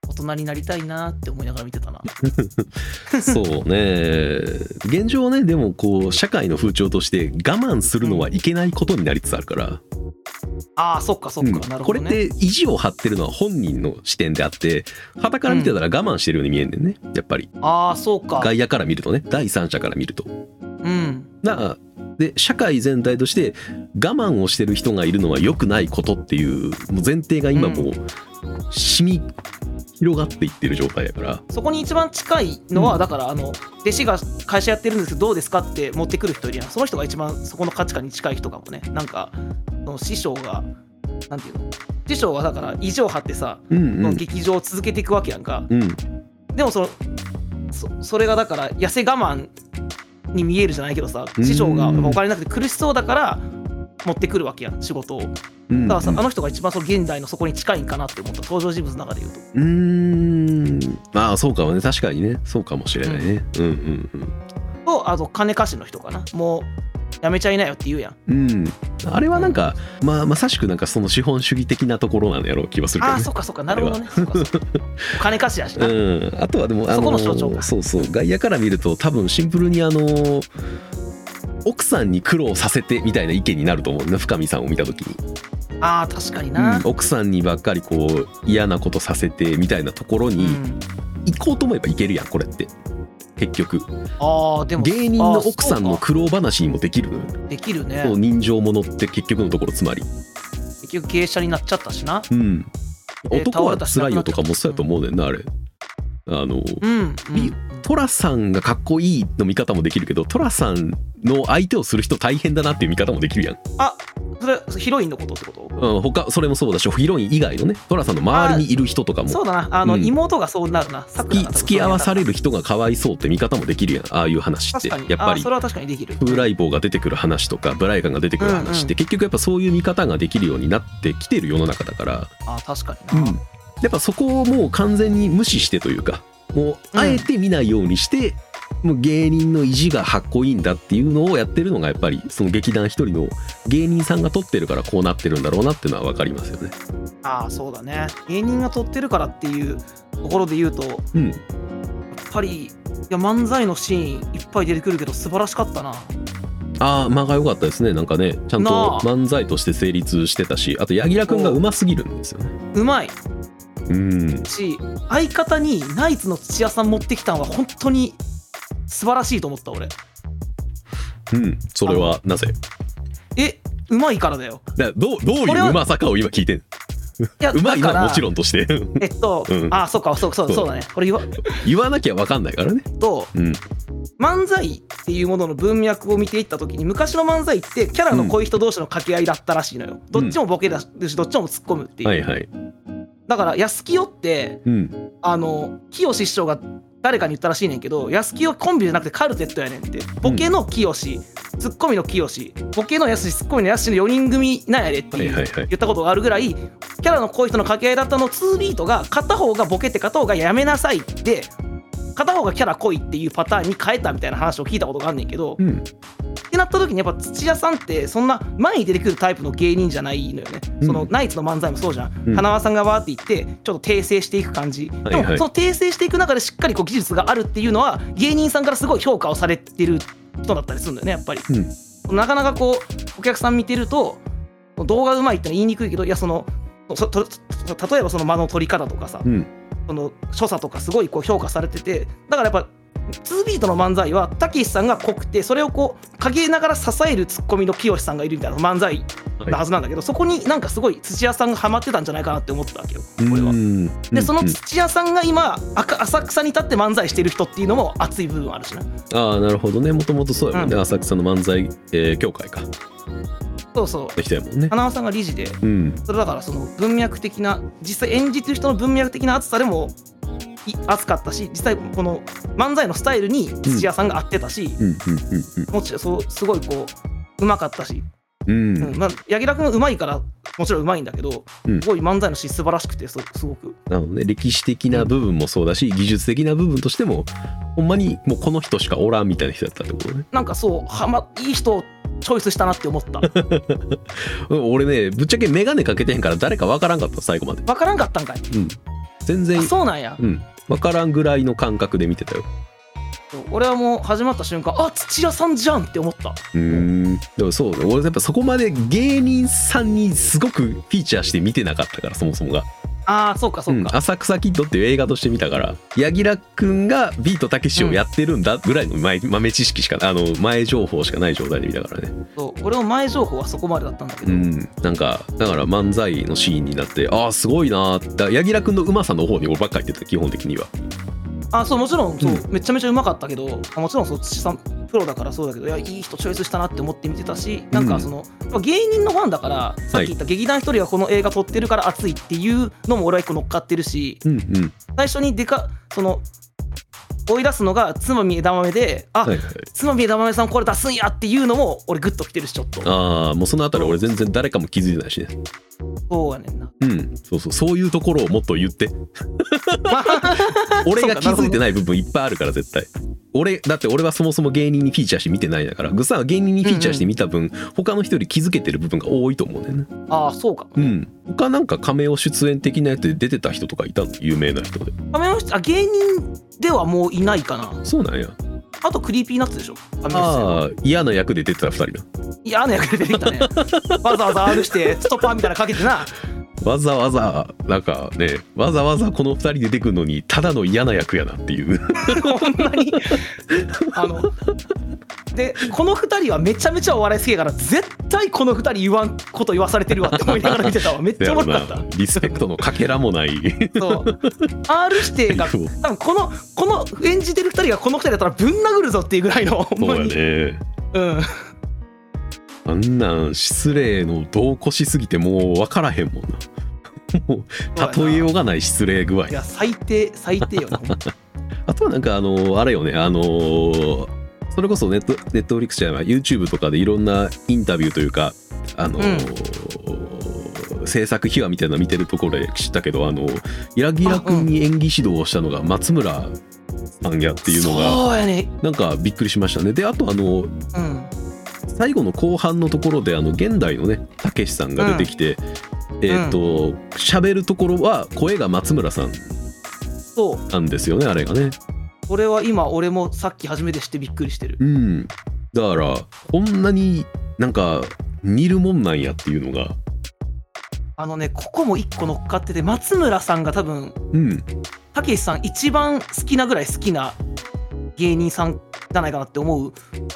A: 大人になりたいなって思いながら見てたな。
B: そうね現状ねでもこう社会の風潮として我慢するのはいけないことになりつつあるから。
A: ああ、そっかそっか、
B: うん
A: なる
B: こ
A: ほ
B: れ
A: ど
B: っ
A: ね。
B: て意地を張ってるのは本人の視点であって傍から見てたら我慢してるように見えんねんねやっぱり
A: ああ、そうか。
B: 外野から見るとね第三者から見ると。
A: うん。
B: なあで社会全体として我慢をしてる人がいるのは良くないことっていうもう前提が今もう染み広がっていってる状態やから。
A: そこに一番近いのは、
B: うん
A: だから、あの、弟子が会社やってるんですけど、どうですかって持ってくる人いるやん。その人が一番そこの価値観に近い人かもね。なんか、その師匠が、なんていうの師匠はだから、意地を張ってさ、
B: うん
A: そうの
B: ん
A: 劇場を続けていくわけやんか。
B: うん、
A: でもそのそそれがだから痩せ我慢に見えるじゃないけどさ
B: うん
A: 師匠がやっぱお金なくて苦しそうだから持ってくるわけやん仕事をだか
B: うん
A: らさあの人が一番その現代のそこに近いんかなって思った登場人物の中で言うと
B: うーんまあそうかもね確かにねそうかもしれないねうん
A: とあと金貸しの人かなもうやめちゃいなよって言うやん
B: うんうんうんあれはなんか、まあ、まさしくなんかその資本主義的なところなのやろう気はするけど
A: ああ
B: ね
A: ーそっかそっかなるほどねそっか
B: <laughs>
A: そっかお金貸しやしな、
B: うん、あとはでもあ
A: そこの象徴
B: の
A: か
B: そうそう外野から見ると多分シンプルにあの奥さんに苦労させてみたいな意見になると思うな深見さんを見た時に、
A: ああ確かに
B: う、
A: なん
B: 奥さんにばっかりこう嫌なことさせてみたいなところ
A: うん、
B: に行こうと思えば行けるやんこれって結局
A: ああでも
B: 芸人の奥さん
A: あ
B: の
A: ーそ
B: 苦労話にもできるのよ
A: うかできるね
B: そう人情ものって結局のところつまり、
A: 結局経営者になっちゃったしな
B: うん、
A: えー
B: 男は辛いよとかもそうやと思うねんなあれあの
A: うん、う
B: いい
A: ん、
B: トラさんがかっこいいの見方もできるけどトラさんの相手をする人大変だなっていう見方もできるやん、
A: それヒロインのことってこと
B: うん、他それもそうだしヒロイン以外のねトラさんの周りにいる人とかも
A: そうだな、あの、
B: うん
A: 妹がそうなるな、さくら
B: 付
A: が
B: き付き合わされ
A: る
B: る人がかわいそうって見方もできるやんああいう話って
A: 確かに、
B: やっぱ
A: あ
B: り
A: それは確かにできる。
B: 風来坊が出てくる話とかブライガンが出てくる話って、
A: うんうん
B: 結局やっぱそういう見方ができるようになってきてる世の中だから、
A: あ確か
B: う
A: に
B: ん
A: な。
B: やっぱそこをもう完全に無視してというかもうあえて見ないようにして、もう芸人の意地がかっこいいんだっていうのをやってるのがやっぱりその劇団一人の芸人さんが撮ってるからこうなってるんだろうなっていうのは分かりますよね。
A: ああそうだね芸人が撮ってるからっていうところで言うとやっ
B: うん、
A: ぱりいや漫才のシーンいっぱい出てくるけど素晴らしかったな
B: ああ間が良かったですねなんかねちゃんと
A: なあ
B: 漫才として成立してたしあと柳楽君がうますぎるんですよね。
A: うまい
B: うん
A: し相方にナイツの土屋さん持ってきたのは本当に素晴らしいと思った俺
B: うん、それはなぜ
A: えうまいからだよ
B: だどうどう
A: これ
B: いう
A: は
B: うまさかを今聞いてん
A: いや
B: うまい
A: だか
B: な
A: ら
B: もちろんとして
A: えっと、
B: うん
A: ああそうかそうそうそうだねこれ言わ
B: 言わなきゃ分かんないからね。
A: と
B: うん
A: 漫才っていうものの文脈を見ていった時に昔の漫才ってキャラの濃い人同士の掛け合いだったらしいのよ、どっちもボケだしどっちも突っ込むっていう、
B: はいはい。
A: だから安清って
B: うん、
A: あの清師匠が誰かに言ったらしいねんけど安清はコンビじゃなくてカルテットやねんってボケの清しツッコミの清しボケの安しツッコミの安しの4人組なんやでって
B: はいいうはいはい。
A: 言ったことがあるぐらいキャラの濃い人の掛け合いだったのを2ビートが片方がボケて片方がやめなさいって片方がキャラ濃いっていうパターンに変えたみたいな話を聞いたことがあんねんけど、
B: う
A: っ
B: ん
A: てなった時にやっぱ土屋さんってそんな前に出てくるタイプの芸人じゃないのよね、
B: うん
A: そのナイツの漫才もそうじゃん、
B: うん
A: 花輪さんがわーって言ってちょっと訂正していく感じ、
B: いはい
A: でもその訂正していく中でしっかりこう技術があるっていうのは芸人さんからすごい評価をされてる人だったりするんだよねやっぱり。
B: うん
A: なかなかこうお客さん見てると動画うまいってのは言いにくいけどいやそのそとと例えばその間の取り方とかさ、
B: うん
A: その所作とかすごいこう評価されててだからやっぱ2ビートの漫才はたけしさんが濃くてそれをこう陰ながら支えるツッコミの清さんがいるみたいな漫才なはずなんだけど、そこになんかすごい土屋さんがハマってたんじゃないかなって思ったわけよ俺は。
B: うん
A: でその
B: うん
A: 土屋さんが今赤浅草に立って漫才してる人っていうのも熱い部分あるしな
B: ああなるほどねもともとそうやもんね、浅草の漫才、えー協会か
A: そうそう
B: できたやもんね
A: 花輪さんが理事で
B: うん
A: それだからその文脈的な実際演じてる人の文脈的な熱さでもい熱かったし実際この漫才のスタイルに土屋さんが合ってたし、
B: うんうん
A: もちろんそうすごいこううまかったし、
B: うんうん
A: う
B: うんん
A: まあ、柳楽君うまいからもちろんうまいんだけど、
B: うん
A: すごい漫才の詩素晴らしくてすすごく
B: なので歴史的な部分もそうだし技術的な部分としてもほんまにもうこの人しかおらんみたいな人だったってことね
A: なんかそうは、ま、いい人をチョイスしたなって思
B: <laughs>
A: った分
B: うん俺ねぶっちゃけ眼鏡かけてへんから誰かわからんかった最後まで
A: からんかったんかい
B: うん全然
A: あそうなんや
B: うんわからんぐらいの感覚で見てたよ
A: 俺はもう始まった瞬間あ土屋さんじゃんって思った
B: うんでもそうね俺やっぱそこまで芸人さんにすごくフィーチャーして見てなかったからそもそもが
A: ああそうかそううんか、
B: 浅草キッドっていう映画として見たから柳楽君がビートたけしをやってるんだぐらいの前豆知識しかあの前情報しかない状態で見たからね
A: そう俺も前情報はそこまでだったんだけ
B: う
A: ど、
B: んなんかだから漫才のシーンになってああすごいなーだ柳楽君のうまさの方に俺ばっかり言ってた基本的には
A: あそうもちろんそう、
B: う
A: めちゃめちゃうまかったけどあもちろんそう土さんプロだからそうだけどいやいい人チョイスしたなって思って見てたしなん
B: う
A: か
B: ん
A: その、まあ芸人のファンだからさっき言った劇団一人がこの映画撮ってるから熱いっていうのも俺は一個乗っかってるし
B: うんうん
A: 最初にでかその追い出すのがつまみ枝豆であ、
B: はいはい
A: つまみ枝豆さんこれ出すんやっていうのも俺グッときてるしちょっと
B: ああもうそのあたり俺全然誰かも気づいてないしね
A: そうやねんな <laughs>
B: うんそうそうそういうところをもっと言って
A: まあ
B: 俺が気づいてない部分いっぱいあるから絶対俺だって俺はそもそも芸人にフィーチャーして見てないだからグッさんは芸人にフィーチャーして見た分、他の人より気づけてる部分が多いと思うねんな
A: あそうか
B: うん他なんか亀尾出演的なやつで出てた人とかいたの有名な人で
A: 仮面をしてあ芸人ではもういないかな
B: そうなんや
A: あとクリーピーナッツでしょ仮面をしてる
B: ああ嫌な役で出てた2人ない
A: や嫌な役で出てきたね <laughs> わざわざ R してストッパーみたいなのかけてな
B: わざわざなんかねわざわざこの2人出てくるのにただの嫌な役やなって <laughs> いう
A: ほんまにあのでこの2人はめちゃめちゃお笑い好きやから絶対この2人言わんこと言わされてるわって思いながら見てたわめっちゃおもろかった
B: リスペクトのかけらもない
A: そう R 指定が多
B: そう
A: 分このこの演じてる2人がこの2人だったらぶん殴るぞっていうぐらいのほん
B: そ
A: ま
B: うや
A: に
B: ね
A: うん
B: あんなん失礼の度を越しすぎてもう分からへんもんな。もう例えようがない失礼具合
A: い。や最低最低よねほんま
B: あとはなんかあのあれよねあのーそれこそネットネットフリックスじゃない YouTube とかでいろんなインタビューというかあのー制作秘話みたいなの見てるところで知ったけどあの柳楽君に演技指導をしたのが松村パン屋っていうのが
A: そうやね
B: なんかびっくりしましたねであとあの
A: うん
B: 最後の後半のところであの現代のねたけしさんが出てきて、えっ、と喋るところは声が松村さん
A: そう
B: なんですよねあれがね
A: これは今俺もさっき初めて知ってびっくりしてる
B: うんだからこんなになんか似るもんなんやっていうのが
A: あのねここも一個乗っかってて松村さんが多分
B: うん
A: たけしさん一番好きなぐらい好きな芸人さんじゃないかなって思う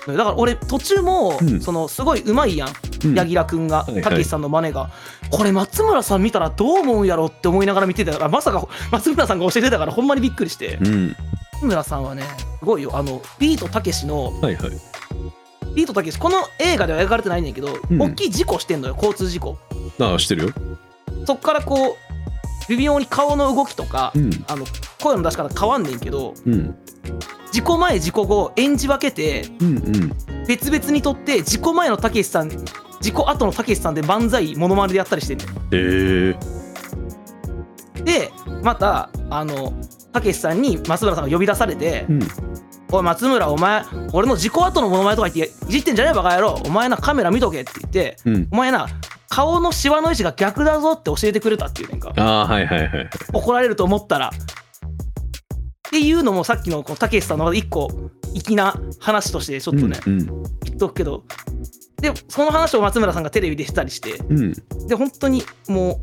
A: のよだから俺途中も、
B: うん
A: そのすごいうまいやん
B: うん
A: 柳楽君が
B: はいはい
A: たけしさんの真似がこれ松村さん見たらどう思うんやろって思いながら見てたからまさか松村さんが教えてたからほんまにびっくりして
B: うん
A: 松村さんはねすごいよあのビートたけしの
B: はいはい
A: ビートたけしこの映画では描かれてないねんだけど、
B: うん
A: 大きい事故してんのよ交通事故
B: ああしてるよ
A: そっからこう微妙に顔の動きとか、
B: うん
A: あの声の出し方変わんねんけど
B: うん
A: 事故前事故後演じ分けて
B: うんうん
A: 別々にとって事故前のたけしさん事故後のたけしさんで漫才モノマネでやったりしてんね
B: えー、
A: んでまたあのたけしさんに松村さんが呼び出されて
B: うん
A: 「おい松村お前俺の事故後のモノマネとか言っていじってんじゃねえバカ野郎お前なカメラ見とけ」って言って
B: うん
A: 「お前な顔のシワの位置が逆だぞ」って教えてくれたっていうねんか
B: ああはいはいはい
A: 怒られると思ったら。っていうのもさっきのこうたけしさんの一個粋な話としてちょっとね、
B: うん
A: 言っとくけどでその話を松村さんがテレビでしたりして
B: うんうん
A: で本当にも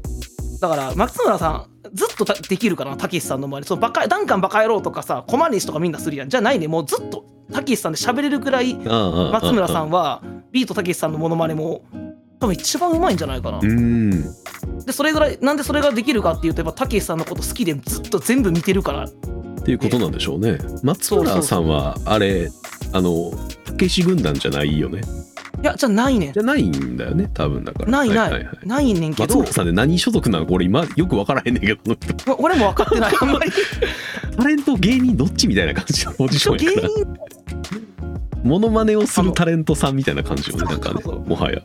A: うだから松村さんずっとたできるからなたけしさんの周りそのバカダンカンバカ野郎とかさコマネシとかみんなするやんじゃないねもうずっとたけしさんで喋れるくらい
B: ああああああ
A: 松村さんはビートたけしさんのモノマネも多分一番うまいんじゃないかな。
B: うん
A: でそれぐらいなんでそれができるかっていうとやっぱたけしさんのこと好きでずっと全部見てるから
B: っていうことなんでしょうね。松村さんはあれあのたけし軍団じゃないよね。
A: いやじゃあないねん
B: じゃないんだよね多分だから。
A: ないない、
B: ははは
A: ないねんけ
B: 松
A: ど
B: 村さんで何所属なのこれ今よく分からへんねんけど
A: お俺も分かってないあんまり
B: タレント芸人どっちみたいな感じのポジション
A: 芸
B: やから
A: 人
B: モノマネをするタレントさんみたいな感じよね
A: あの
B: なんかね
A: そうそう
B: もはや、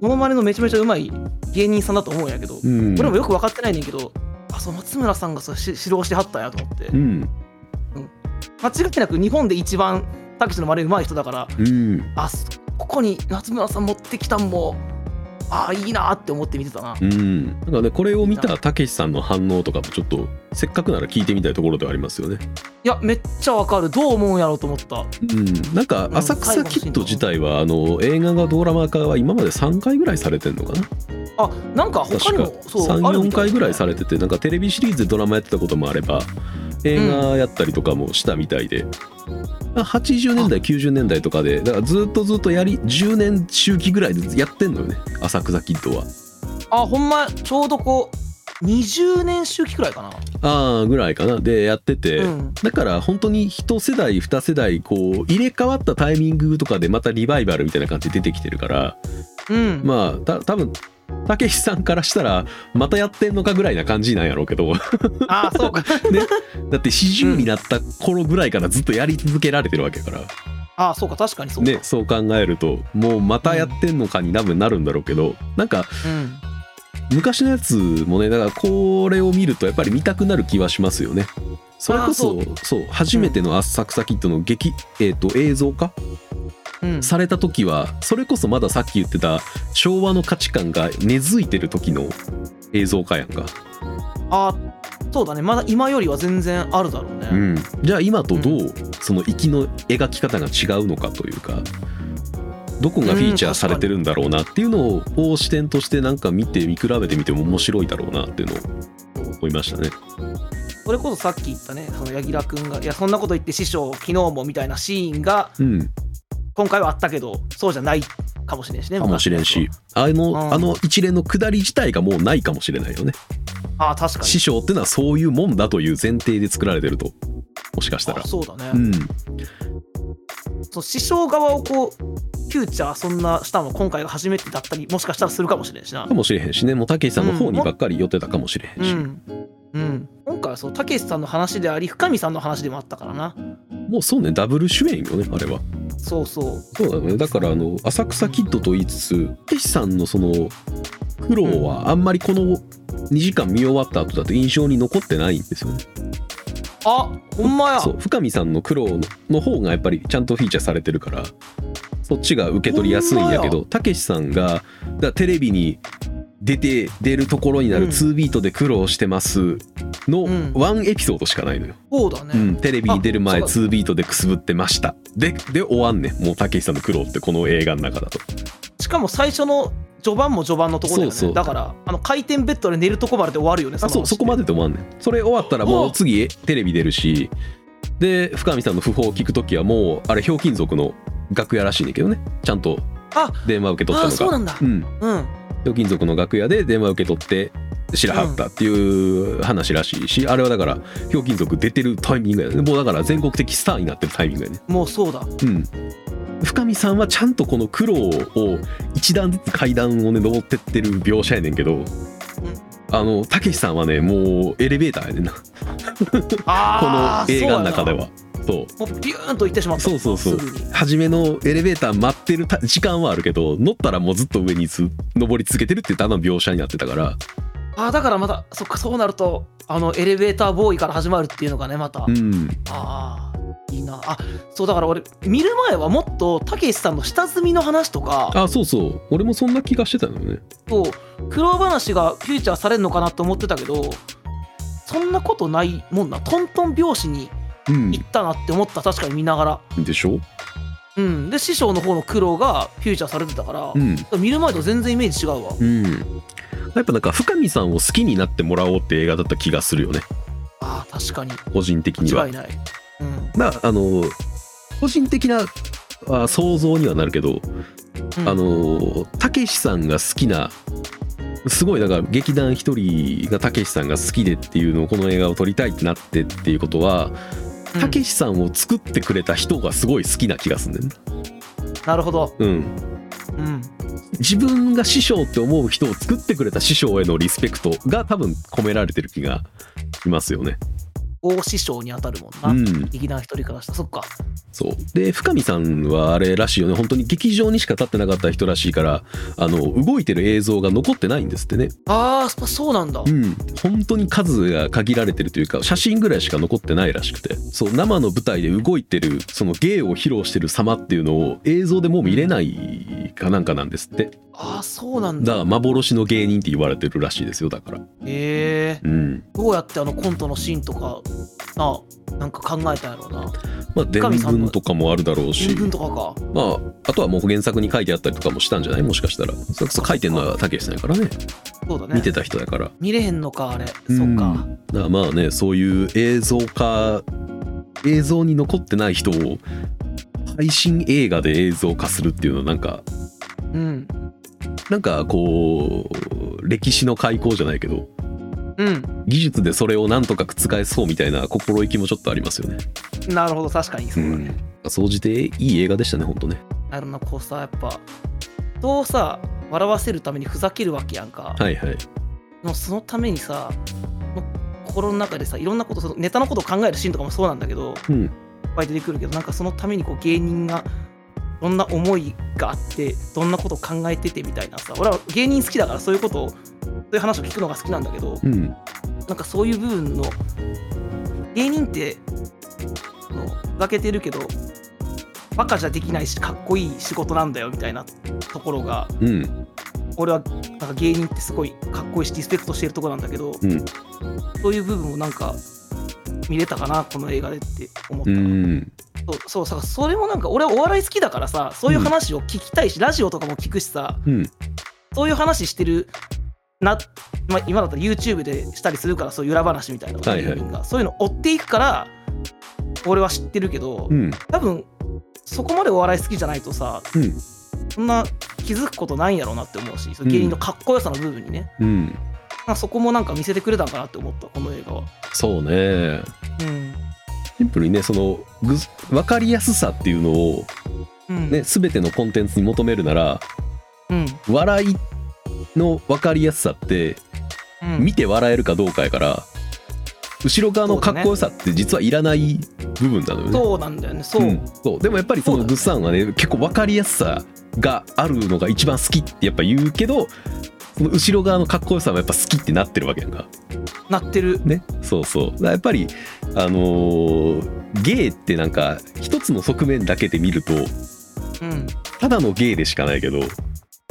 A: モノマネのめちゃめちゃうまい芸人さんだと思うんやけど、
B: うん、
A: 俺もよく分かってないねんけどあそう松村さんがそうし指導してはったんやと思って、
B: うん
A: 間違いなく日本で一番たけしの真似うまい人だから
B: うん
A: あそここに松村さん持ってきたんもあいいなって思って見てたな、
B: うんなんかねこれを見たたけしさんの反応とかもちょっとせっかくなら聞いてみたいところではありますよね
A: いやめっちゃ分かるどう思うんやろうと思った
B: うん、なんか
A: うん
B: 浅草キッド自体は、あの映画がドラマ化は今まで3回ぐらいされてんのかな
A: あなんか他
B: 確
A: に
B: か
A: もそうあるみ
B: 34
A: た
B: 回ぐらいさ
A: れ
B: れててなんかテレビシリーズでドラマやってたこともあれば映画やったりとかもしたみたいで、80年代90年代とかでだからずっとずっとやり10年周期ぐらいでやってんのよね浅草キッドは
A: あほんまちょうどこう20年周期くらいかな、
B: ああぐらいかなでやってて、
A: うん
B: だから本当に一世代二世代こう入れ替わったタイミングとかでまたリバイバルみたいな感じで出てきてるから
A: うん、
B: まあた多分たけしさんからしたらまたやってんのかぐらいな感じなんやろうけど <laughs> だ
A: あそうか
B: って40になった頃ぐらいからずっとやり続けられてるわけやから
A: あそうか確かにそうか、
B: ねそう考えるともうまたやってんのかに多分なるんだろうけどなんか
A: うん、
B: 昔のやつもねだからこれを見るとやっぱり見たくなる気はしますよね。それこそ
A: あ
B: そう初めての「浅草キッド」の劇、えー、と映像化
A: うん、
B: された時はそれこそまださっき言ってた昭和の価値観が根付いてる時の映像化やんか。
A: あそうだねまだ今よりは全然あるだろうね、
B: うん、じゃあ今とどう、その息の描き方が違うのかというかどこがフィーチャーされてるんだろうなっていうのをを視点としてなんか見て見比べてみても面白いだろうなっていうのを思いましたね。
A: それこそさっき言ったねその柳楽君が「いやそんなこと言って師匠昨日も」みたいなシーンが
B: うん、
A: 今回はあったけどそうじゃないかもしれんしね
B: かもしれんしあの,、
A: うん
B: あの一連の下り自体がもうないかもしれないよね。
A: あ確かに
B: 師匠ってのはそういうもんだという前提で作られてるともしかしたら
A: あ。そうだね、
B: うん、
A: その師匠側をこうフューチャーそんなしたのは今回が初めてだったりもしかしたらするかもしれんしな
B: かもしれへんしねもうたけしさんの方にばっかり寄ってたかもしれへん
A: う
B: し、
A: ん、うん、今回はそうたけしさんの話であり深見さんの話でもあったからな
B: もうそうねダブル主演よねあれは。
A: そうそう
B: そうだねだからあの浅草キッドと言いつつ岸さんのその苦労はあんまりこの2時間見終わった後だと印象に残ってないんですよね。
A: あほんまや
B: そう深見さんの苦労の方がやっぱりちゃんとフィーチャーされてるからそっちが受け取りやすいんやけ
A: ほんま
B: どたけしさんがだからテレビに出て出るところにな
A: う
B: る
A: ん
B: 2ビートで苦労してますの
A: うん
B: 1エピソードしかないのよ、
A: そうだね、
B: うん、テレビに出る前
A: あそ
B: 2ビートでくすぶってましたでで終わんねんもうたけしさんの苦労ってこの映画の中だと
A: しかも最初の序盤も序盤のところだよね
B: そうそう
A: だからあの回転ベッドで寝るとこまでで終わるよね
B: あそうそこまでで終わんねんそれ終わったらもう次テレビ出るしで深見さんの訃報を聞くときはもうあれひょうきん族の楽屋らしいねんだけどねちゃんと
A: あ
B: 電話受け取
A: ああ
B: っ
A: ー
B: た
A: そう
B: の
A: な
B: が
A: んだ
B: う
A: う
B: ん
A: ん
B: ひょうきん族の楽屋で電話受け取って知らはったっていう話らしいし、あれはだからひょうきん族出てるタイミングやねもうだから全国的スターになってるタイミングやね
A: もうそうだ
B: うん深見さんはちゃんとこの苦労を一段ずつ階段をね登ってってる描写やねんけどあのたけしさんはねもうエレベーターやねんなこの
A: あー
B: 映画の中で
A: そう
B: はそう
A: やなもうビューンと行ってしまった
B: そうそうそう
A: すぐに
B: 初めのエレベーター待ってるた時間はあるけど乗ったらもうずっと上にず登り続けてるってただの描写になってたから
A: あーだからまたそっかそうなるとあのエレベーターボーイから始まるっていうのがねまた、
B: うん
A: ああいいなあそうだから俺見る前はもっとたけしさんの下積みの話とか
B: あそうそう俺もそんな気がしてたのよね
A: と苦労話がフューチャーされるのかなと思ってたけどそんなことないもんなトントン拍子に行っ
B: う
A: たなって思った確かに見ながら
B: んでしょ
A: うんで師匠の方の苦労がフューチャーされてたから
B: う、ん
A: 見る前と全然イメージ違うわ
B: うんやっぱなんか深見さんを好きになってもらおうって映画だった気がするよね
A: あー確かに
B: 個人的には
A: 間違いない、うん
B: まああの個人的なあ想像にはなるけど
A: うん
B: あのたけしさんが好きなすごいだから劇団一人がたけしさんが好きでっていうのをこの映画を撮りたいってなってっていうことは
A: うん
B: たけしさんを作ってくれた人がすごい好きな気がするんだよ
A: なるほど、
B: ね、うん、
A: うん、
B: 自分が師匠って思う人を作ってくれた師匠へのリスペクトが多分込められてる気がしますよね。
A: 大師匠に当たるもんな、
B: うん、
A: 劇団一人からしたらそっか
B: そうで深見さんはあれらしいよね本当に劇場にしか立ってなかった人らしいからあの動いてる映像が残ってないんですってね
A: ああそそうなんだ、
B: うん、本当に数が限られてるというか写真ぐらいしか残ってないらしくてそう生の舞台で動いてるその芸を披露してる様っていうのを映像でもう見れないかなんかなんですって
A: ああそうなん
B: だ
A: だ
B: から幻の芸人って言われてるらしいですよだから
A: へえ
B: うん
A: どうやってあのコントのシーンとかななんか考えたんやろうな
B: まあ伝
A: 深見さんの
B: 聞とかもあるだろうし
A: 新聞とかか
B: まああとはもう原作に書いてあったりとかもしたんじゃないもしかしたらそれこそ書いてるのはたけしさんやからね
A: そうだね
B: 見てた人だから
A: 見れへんのかあれ、
B: うん
A: そっか
B: だからまあねそういう映像化映像に残ってない人を配信映画で映像化するっていうのはなんか
A: うん
B: なんかこう歴史の開口じゃないけど
A: うん
B: 技術でそれをなんとか覆そうみたいな心意気もちょっとありますよね。
A: なるほど確かにそうだね、
B: 総じていい映画でしたねほんとね。
A: なるなこうさやっぱ人をさ笑わせるためにふざけるわけやんか、
B: はいはい。
A: でもそのためにさもう心の中でさいろんなことそのネタのことを考えるシーンとかもそうなんだけど
B: うん
A: いっぱい出てくるけどなんかそのためにこう芸人がどんな思いがあってどんなことを考えててみたいなさ俺は芸人好きだからそういうことをそういう話を聞くのが好きなんだけど
B: うん
A: なんかそういう部分の芸人ってあのふざけてるけどバカじゃできないしかっこいい仕事なんだよみたいなところが
B: うん
A: 俺はなんか芸人ってすごいかっこいいしリスペクトしてるところなんだけど
B: うん
A: そういう部分をなんか見れたかなこの映画でって思った
B: う
A: な。
B: ん
A: そうそうさそれもなんか俺はお笑い好きだからさそういう話を聞きたいし、ラジオとかも聞くしさ
B: うん
A: そういう話してるな、まあ、今だったら YouTube でしたりするからそういう裏話みたいな、
B: はいはい
A: 芸人がそういうの追っていくから俺は知ってるけど、
B: うん
A: 多分そこまでお笑い好きじゃないとさ
B: うん
A: そんな気づくことないんやろうなって思うしその芸人のかっこよさの部分にね、
B: うん
A: まあそこもなんか見せてくれたんかなって思ったこの映画は。
B: そうね。
A: うん
B: シンプルにねそのぐ分かりやすさっていうのを
A: うん
B: ね、全てのコンテンツに求めるなら
A: うん
B: 笑いの分かりやすさって
A: うん
B: 見て笑えるかどうかやから後ろ側のかっこよさって実はいらない部分なのよね。
A: そうなんだよねそう、
B: うんそうでもやっぱりそ
A: そうだ
B: の
A: ね
B: グッサンはね結構分かりやすさがあるのが一番好きってやっぱ言うけどこの後ろ側のかっこよさもやっぱ好きってなってるわけやんか
A: なってる
B: ねそうそうだからやっぱりあのーゲイってなんか一つの側面だけで見ると
A: うん
B: ただのゲイでしかないけど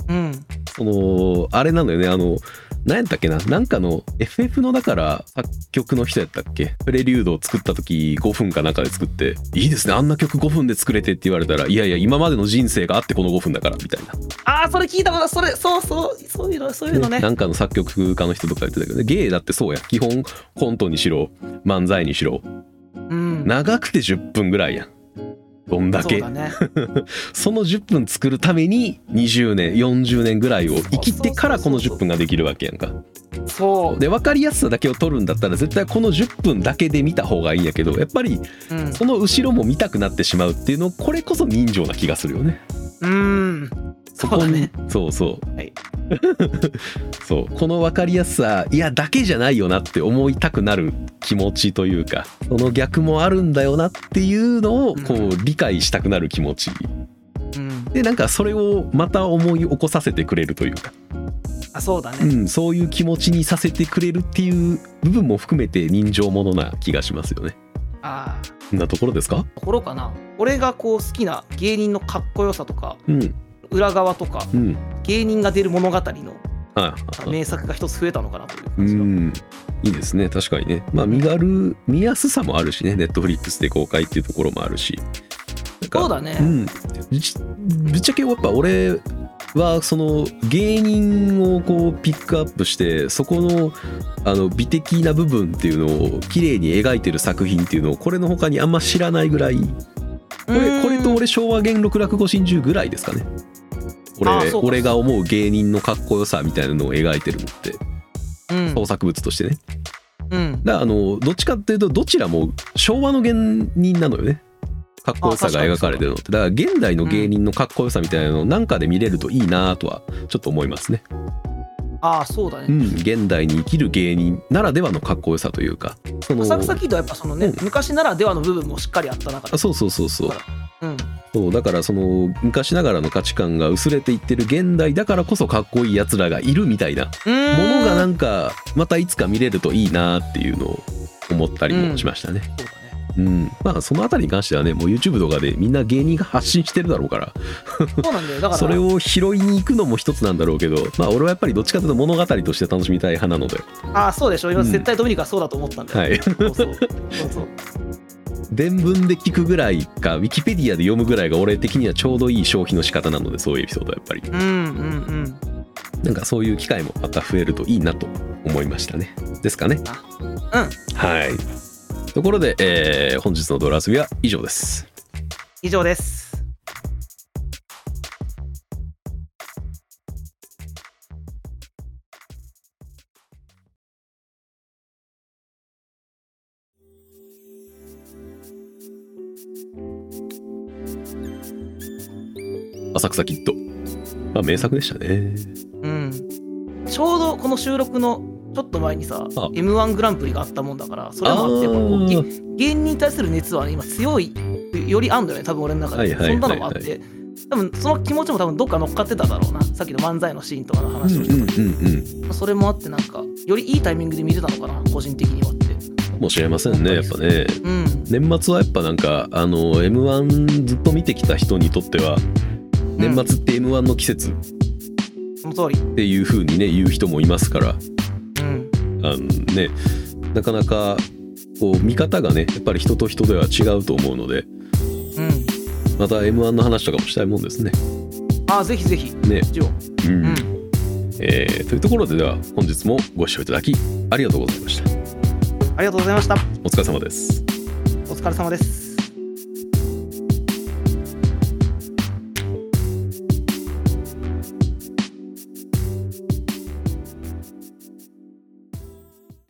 A: うん
B: そのあれなのよねあの何やったっけななんかの FF のだから作曲の人やったっけプレリュードを作った時5分かなんかで作って「いいですねあんな曲5分で作れて」って言われたら「いやいや今までの人生があってこの5分だから」みたいな
A: ああそれ聞いたことそれそうそうそういうのそういうのね
B: なんかの作曲家の人とか言ってたけど、ね、ゲイだってそうや基本コントにしろ漫才にしろ
A: うん
B: 長くて10分ぐらいやんどんだ
A: そう
B: け
A: だね
B: その10分作るために20年40年ぐらいを生きてからこの10分ができるわけやんか
A: そう
B: で分かりやすさだけを取るんだったら絶対この10分だけで見た方がいいんやけどやっぱり
A: うん
B: その後ろも見たくなってしまうっていうのこれこそ人情な気がするよね
A: うんそ
B: そ
A: う
B: こ
A: だ
B: に
A: ね
B: そうそう、
A: はい
B: <laughs> そうこの分かりやすさいやだけじゃないよなって思いたくなる気持ちというかその逆もあるんだよなっていうのをこ
A: う
B: う理解したくなる気持ち
A: うん
B: でなんかそれをまた思い起こさせてくれるというか、
A: あそうだ
B: う
A: ね
B: ん、そういう気持ちにさせてくれるっていう部分も含めて人情ものな気がしますよね。
A: ああ
B: そんなところですか
A: ところかな俺がこう好きな芸人のかっこよさとか
B: うん
A: 裏側とか
B: うん
A: 芸人が出る物語の
B: はい
A: あ名作が一つ増えたのかなという
B: う
A: 感じが
B: ん、いいですね確かにねまあ身軽見やすさもあるしねネットフリックスで公開っていうところもあるしなんか
A: そうだね
B: うんぶちぶっちゃけやっぱ俺はその芸人をこうピックアップしてそこのあの美的な部分っていうのを綺麗に描いてる作品っていうのをこれの他にあんま知らないぐらいこ
A: う
B: れ
A: ん
B: これと俺昭和元禄落語心中ぐらいですかね
A: あ
B: 俺
A: そうか
B: 俺が思う芸人のかっこよさみたいなのを描いてるのって
A: うん
B: 創作物としてね
A: うん
B: だからあのどっちかっていうとどちらも昭和の芸人なのよねかっこよさが描かれてるのってだから現代の芸人のかっこよさみたいなのをなんかで見れるといいなとはちょっと思いますね、
A: ああそうだ
B: う
A: ね
B: ん、現代に生きる芸人ならではのかっこよさというかその
A: 浅草キッドはやっぱそのね
B: う
A: 昔ならではの部分もしっかりあった中
B: あ
A: で
B: そうそうそうそう
A: うん
B: そうだからその昔ながらの価値観が薄れていってる現代だからこそかっこいいやつらがいるみたいなものがなんかまたいつか見れるといいなっていうのを思ったりもしましたね、
A: そうだね
B: うん、まあそのあたりに関してはねもう YouTube とかでみんな芸人が発信してるだろうから
A: そうなんだよだから
B: それを拾いに行くのも一つなんだろうけどまあ俺はやっぱりどっちかというと物語として楽しみたい派なので、
A: ああそうでしょ今
B: うん
A: 絶対ドミニカはそうだと思ったんだよ、
B: はい、
A: そうそうそうそう
B: 伝文で聞くぐらいか Wikipedia で読むぐらいが俺的にはちょうどいい消費の仕方なのでそういうエピソードはやっぱり
A: うんうんうん
B: なんかそういう機会もまた増えるといいなと思いましたねですかね
A: うん
B: はいところで、えー本日のドラ遊びは以上です
A: 以上です
B: 浅草キッド、まあ、名作でしたね
A: うんちょうどこの収録のちょっと前にさ
B: あ
A: m 1グランプリがあったもんだからそれもあってやっぱこう
B: あ
A: げ
B: ー
A: 芸人に対する熱はね今強いよりあんだよね多分俺の中で、
B: はいはいはいはい
A: そんなのもあって多分その気持ちも多分どっか乗っかってただろうなさっきの漫才のシーンとかの話をした時に、
B: うんうん
A: それもあってなんかよりいいタイミングで見れたのかな個人的にはって
B: かもしれませんねやっぱね
A: うん
B: 年末はやっぱなんかあの m 1ずっと見てきた人にとっては年末って m 1の季節っ
A: その通り
B: ていう風にね言う人もいますからあ
A: うん
B: のねなかなかこう見方がねやっぱり人と人では違うと思うので
A: うん
B: また m 1の話とかもしたいもんですね。
A: ああぜひぜひ
B: ね
A: 一応
B: う
A: うんん
B: えーというところででは本日もご視聴いただきありがとうございました。
A: ありがとうございました
B: お疲れ様です。
A: お疲れ様です